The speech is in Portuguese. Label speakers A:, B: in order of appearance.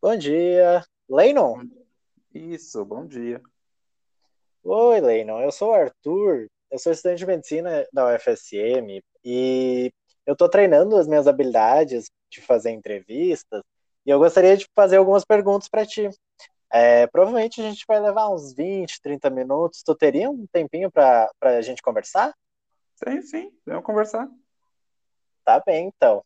A: Bom dia, Leinon.
B: Isso, bom dia.
A: Oi, Leinon. Eu sou o Arthur, eu sou estudante de medicina da UFSM e eu estou treinando as minhas habilidades de fazer entrevistas e eu gostaria de fazer algumas perguntas para ti. É, provavelmente a gente vai levar uns 20, 30 minutos. Tu teria um tempinho para a gente conversar?
B: Sim, sim, vamos conversar.
A: Tá bem, então.